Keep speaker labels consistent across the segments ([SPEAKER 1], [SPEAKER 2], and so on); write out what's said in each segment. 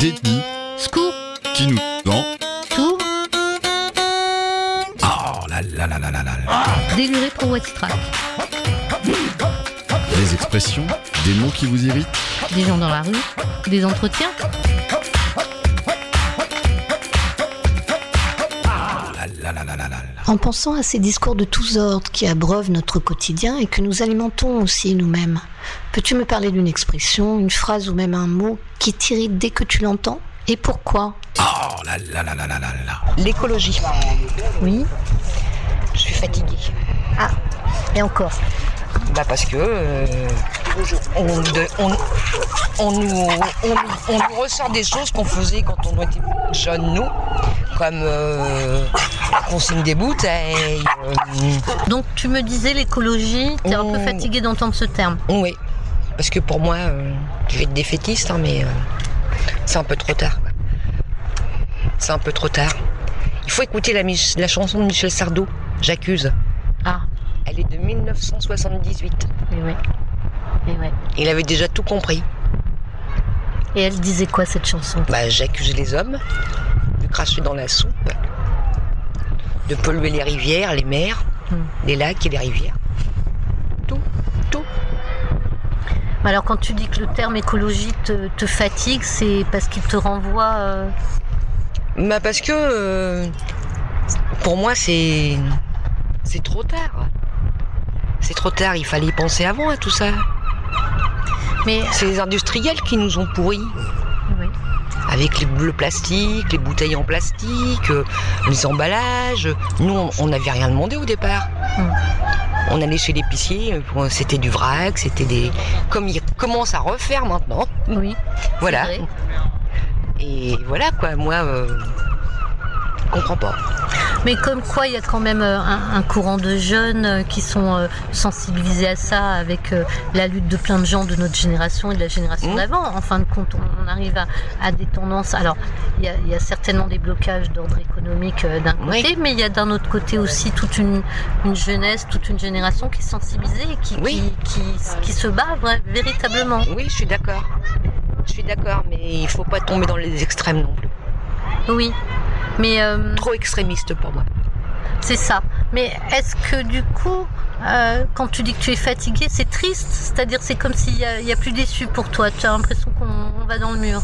[SPEAKER 1] détenus
[SPEAKER 2] Scoop,
[SPEAKER 1] qui nous ont...
[SPEAKER 2] tour,
[SPEAKER 1] Oh là là là là là là là.
[SPEAKER 2] déluré pro What's Track.
[SPEAKER 1] Des expressions, des mots qui vous irritent,
[SPEAKER 2] Des gens dans la rue, des entretiens,
[SPEAKER 3] En pensant à ces discours de tous ordres qui abreuvent notre quotidien et que nous alimentons aussi nous-mêmes, peux-tu me parler d'une expression, une phrase ou même un mot qui t'irrite dès que tu l'entends Et pourquoi
[SPEAKER 1] oh là là là là là là là.
[SPEAKER 4] L'écologie.
[SPEAKER 3] Oui.
[SPEAKER 4] Je suis fatiguée.
[SPEAKER 3] Ah, et encore.
[SPEAKER 4] Bah parce que euh, on, de- on, on nous, on, on nous ressort des choses qu'on faisait quand on était jeunes, nous, comme euh, la consigne des bouteilles. euh,
[SPEAKER 2] Donc tu me disais l'écologie, t'es un peu
[SPEAKER 4] Mmh.
[SPEAKER 2] fatigué d'entendre ce terme.
[SPEAKER 4] oui, parce que pour moi, euh, je vais être défaitiste, hein, mais euh, c'est un peu trop tard. quoi. C'est un peu trop tard. Il faut écouter la, Mich- la chanson de Michel Sardou, J'accuse.
[SPEAKER 2] Ah,
[SPEAKER 4] Elle est de 1978.
[SPEAKER 2] mais ouais. Mais ouais.
[SPEAKER 4] Il avait déjà tout compris.
[SPEAKER 2] Et elle disait quoi cette chanson
[SPEAKER 4] Bah, j'accuse les hommes de cracher dans la soupe, de polluer les rivières, les mers,
[SPEAKER 2] Hmm.
[SPEAKER 4] les lacs et les rivières.
[SPEAKER 2] Alors quand tu dis que le terme écologie te, te fatigue, c'est parce qu'il te renvoie... euh,
[SPEAKER 4] Bah, parce que euh, pour moi, c'est c'est trop tard. C'est trop tard, il fallait y penser avant à tout ça.
[SPEAKER 2] Mais...
[SPEAKER 4] C'est les industriels qui nous ont pourris.
[SPEAKER 2] Oui.
[SPEAKER 4] Avec les- le plastique, les bouteilles en plastique, euh, les emballages. Nous, on- on n'avait rien demandé au départ.
[SPEAKER 2] Mm.
[SPEAKER 4] On allait chez l'épicier, euh, pour- c'était du vrac, c'était des. Comme ils commencent à refaire maintenant.
[SPEAKER 2] Oui.
[SPEAKER 4] Voilà.
[SPEAKER 2] vrai.
[SPEAKER 4] Et voilà quoi, moi. euh, je comprends pas.
[SPEAKER 2] Mais comme quoi, il y a quand même euh, un, un courant de jeunes euh, qui sont euh, sensibilisés à ça avec euh, la lutte de plein de gens de notre génération et de la génération
[SPEAKER 4] Mhm.
[SPEAKER 2] d'avant. En fin de compte, on, on arrive à, à des tendances. Alors, il y, a- il y a certainement des blocages d'ordre économique euh, d'un
[SPEAKER 4] Oui.
[SPEAKER 2] côté, mais il y a d'un autre côté aussi toute une, une jeunesse, toute une génération qui est sensibilisée et qui,
[SPEAKER 4] Oui.
[SPEAKER 2] qui, qui, qui se bat vra- véritablement.
[SPEAKER 4] Oui, je suis d'accord. Je suis d'accord, mais il faut pas tomber dans les extrêmes non plus.
[SPEAKER 2] Oui. Mais euh,
[SPEAKER 4] Trop extrémiste pour moi.
[SPEAKER 2] C'est ça. Mais est-ce que du coup, euh, quand tu dis que tu es fatigué, c'est triste C'est-à-dire c'est comme s'il n'y a, il y a plus d'issue pour toi. Tu as l'impression qu'on on va dans le mur.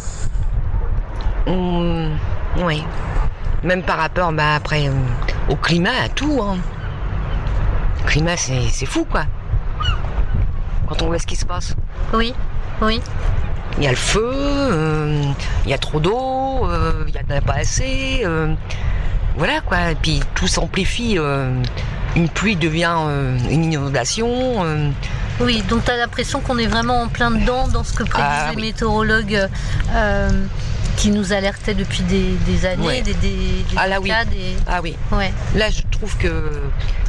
[SPEAKER 4] Hum, oui. Même par rapport, bah, après, euh, au climat, à tout. Hein. Le climat, c'est c'est fou, quoi. Quand on voit ce qui se passe.
[SPEAKER 2] Oui, oui,
[SPEAKER 4] Il y a le feu, euh, il y a trop d'eau, euh, il y en a pas assez. euh, voilà, quoi. Et puis, tout s'amplifie. euh, une pluie devient euh, une inondation. euh,
[SPEAKER 2] oui. Donc tu as l'impression qu'on est vraiment en plein dedans dans ce que prédisent
[SPEAKER 4] Ah,
[SPEAKER 2] les
[SPEAKER 4] oui.
[SPEAKER 2] météorologues euh, qui nous alertaient depuis des, des années,
[SPEAKER 4] Ouais.
[SPEAKER 2] des, des, des
[SPEAKER 4] Ah là, oui.
[SPEAKER 2] décades et-
[SPEAKER 4] ah oui.
[SPEAKER 2] ouais.
[SPEAKER 4] Là, je trouve que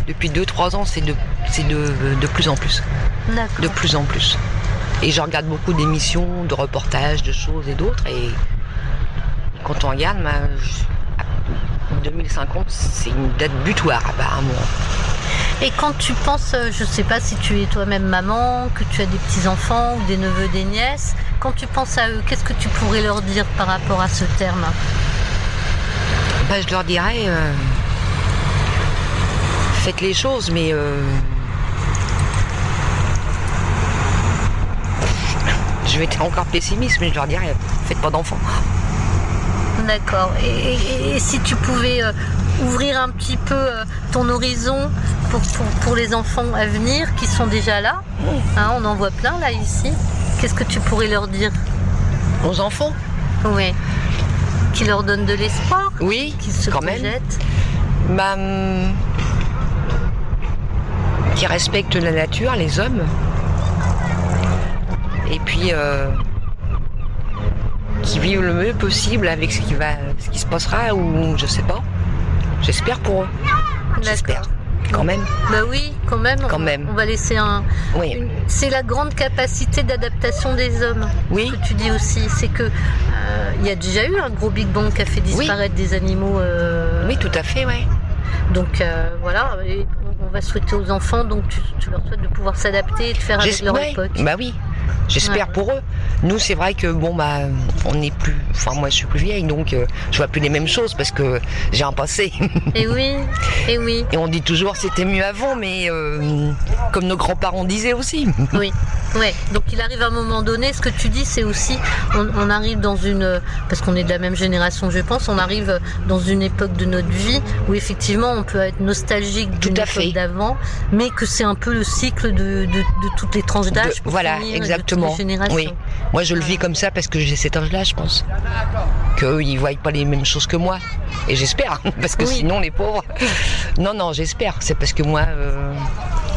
[SPEAKER 4] depuis 2-3 ans, c'est de, c'est de, de plus en plus.
[SPEAKER 2] D'accord.
[SPEAKER 4] de plus en plus. Et je regarde beaucoup d'émissions, de reportages, de choses et d'autres. Et quand on regarde, ben, ma, je- 2050, c'est une date butoir apparemment.
[SPEAKER 2] Et quand tu penses, euh, je sais pas si tu es toi-même maman, que tu as des petits-enfants ou des neveux, des nièces, quand tu penses à eux, qu'est-ce que tu pourrais leur dire par rapport à ce terme
[SPEAKER 4] Bah, je leur dirais, euh, faites les choses, mais euh, je vais être encore pessimiste, mais je leur dirais, faites pas d'enfants.
[SPEAKER 2] D'accord. Et, et- et si tu pouvais euh, ouvrir un petit peu euh, ton horizon pour, pour, pour les enfants à venir qui sont déjà là, hein, on en voit plein là ici, qu'est-ce que tu pourrais leur dire
[SPEAKER 4] Aux enfants,
[SPEAKER 2] Ouais. Qui leur donne de l'espoir
[SPEAKER 4] oui,
[SPEAKER 2] Qui se
[SPEAKER 4] quand
[SPEAKER 2] projettent
[SPEAKER 4] même. Bah, hum, qui respecte la nature, les hommes. Et puis euh, qui vivent le mieux possible avec ce qui va, ce qui se passera ou je sais pas. J'espère pour eux. J'espère.
[SPEAKER 2] D'accord.
[SPEAKER 4] Quand même.
[SPEAKER 2] Bah oui, quand même. on-
[SPEAKER 4] Quand même.
[SPEAKER 2] On va laisser un.
[SPEAKER 4] Oui.
[SPEAKER 2] une- C'est la grande capacité d'adaptation des hommes.
[SPEAKER 4] Oui.
[SPEAKER 2] Ce que tu dis aussi, c'est que euh, il y a déjà eu un gros Big Bang qui a fait disparaître des animaux. euh,
[SPEAKER 4] Oui, tout à fait, ouais.
[SPEAKER 2] Donc euh, voilà, et on- on va souhaiter aux enfants, donc tu, tu leur souhaites de pouvoir s'adapter et de faire avec
[SPEAKER 4] J'espère.
[SPEAKER 2] leur
[SPEAKER 4] ouais.
[SPEAKER 2] époque.
[SPEAKER 4] Bah oui. J'espère
[SPEAKER 2] Ouais.
[SPEAKER 4] pour eux. Nous, c'est vrai que bon bah, on n'est plus. Enfin, moi, je suis plus vieille, donc euh, je vois plus les mêmes choses parce que j'ai un passé.
[SPEAKER 2] Et oui, et oui,
[SPEAKER 4] Et on dit toujours c'était mieux avant, mais euh, comme nos grands-parents disaient aussi.
[SPEAKER 2] oui. Ouais. Donc il arrive à un moment donné, ce que tu dis, c'est aussi, on, on arrive dans une, parce qu'on est de la même génération, je pense, on arrive dans une époque de notre vie où effectivement on peut être nostalgique
[SPEAKER 4] Tout
[SPEAKER 2] d'une
[SPEAKER 4] à
[SPEAKER 2] époque
[SPEAKER 4] fait.
[SPEAKER 2] d'avant, mais que c'est un peu le cycle de, de- de toutes les tranches d'âge.
[SPEAKER 4] De-
[SPEAKER 2] pour
[SPEAKER 4] voilà,
[SPEAKER 2] finir, et de toutes les
[SPEAKER 4] exactement.
[SPEAKER 2] générations.
[SPEAKER 4] Oui. Moi, je le vis comme ça parce que j'ai cet âge-là, je pense. Qu'eux, ils voient pas les mêmes choses que moi. Et j'espère, parce que
[SPEAKER 2] Oui.
[SPEAKER 4] sinon, les pauvres. Non, non, j'espère. C'est parce que moi, euh,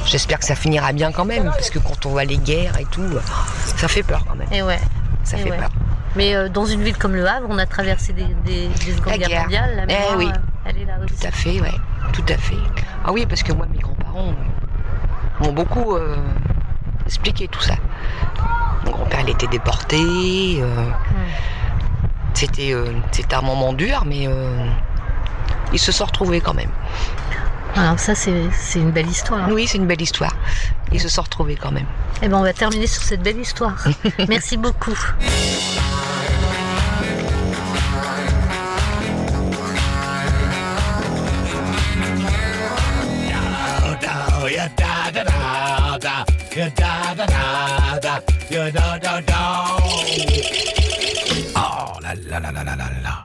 [SPEAKER 4] j'espère que ça finira bien quand même. Parce que quand on voit les guerres et tout, ça fait peur quand même.
[SPEAKER 2] Et ouais.
[SPEAKER 4] Ça
[SPEAKER 2] Et
[SPEAKER 4] fait
[SPEAKER 2] ouais.
[SPEAKER 4] peur.
[SPEAKER 2] Mais euh, dans une ville comme Le Havre, on a traversé des, des, des secondes
[SPEAKER 4] La
[SPEAKER 2] guerres
[SPEAKER 4] guerre.
[SPEAKER 2] mondiales. La
[SPEAKER 4] Eh
[SPEAKER 2] mémoire,
[SPEAKER 4] oui.
[SPEAKER 2] euh, Elle est là aussi.
[SPEAKER 4] Tout à fait, ouais. Tout à fait. Ah oui, parce que moi, mes grands-parents euh, m'ont beaucoup euh, expliqué tout ça. Mon grand-père, il était déporté. euh, C'était, euh, c'était un moment dur, mais euh, ils se sont retrouvés quand même.
[SPEAKER 2] Alors ça, c'est c'est une belle histoire.
[SPEAKER 4] Oui, c'est une belle histoire. Ils se sont retrouvés quand même.
[SPEAKER 2] Eh ben, on va terminer sur cette belle histoire. Merci beaucoup.
[SPEAKER 1] Oh là là là là là là là.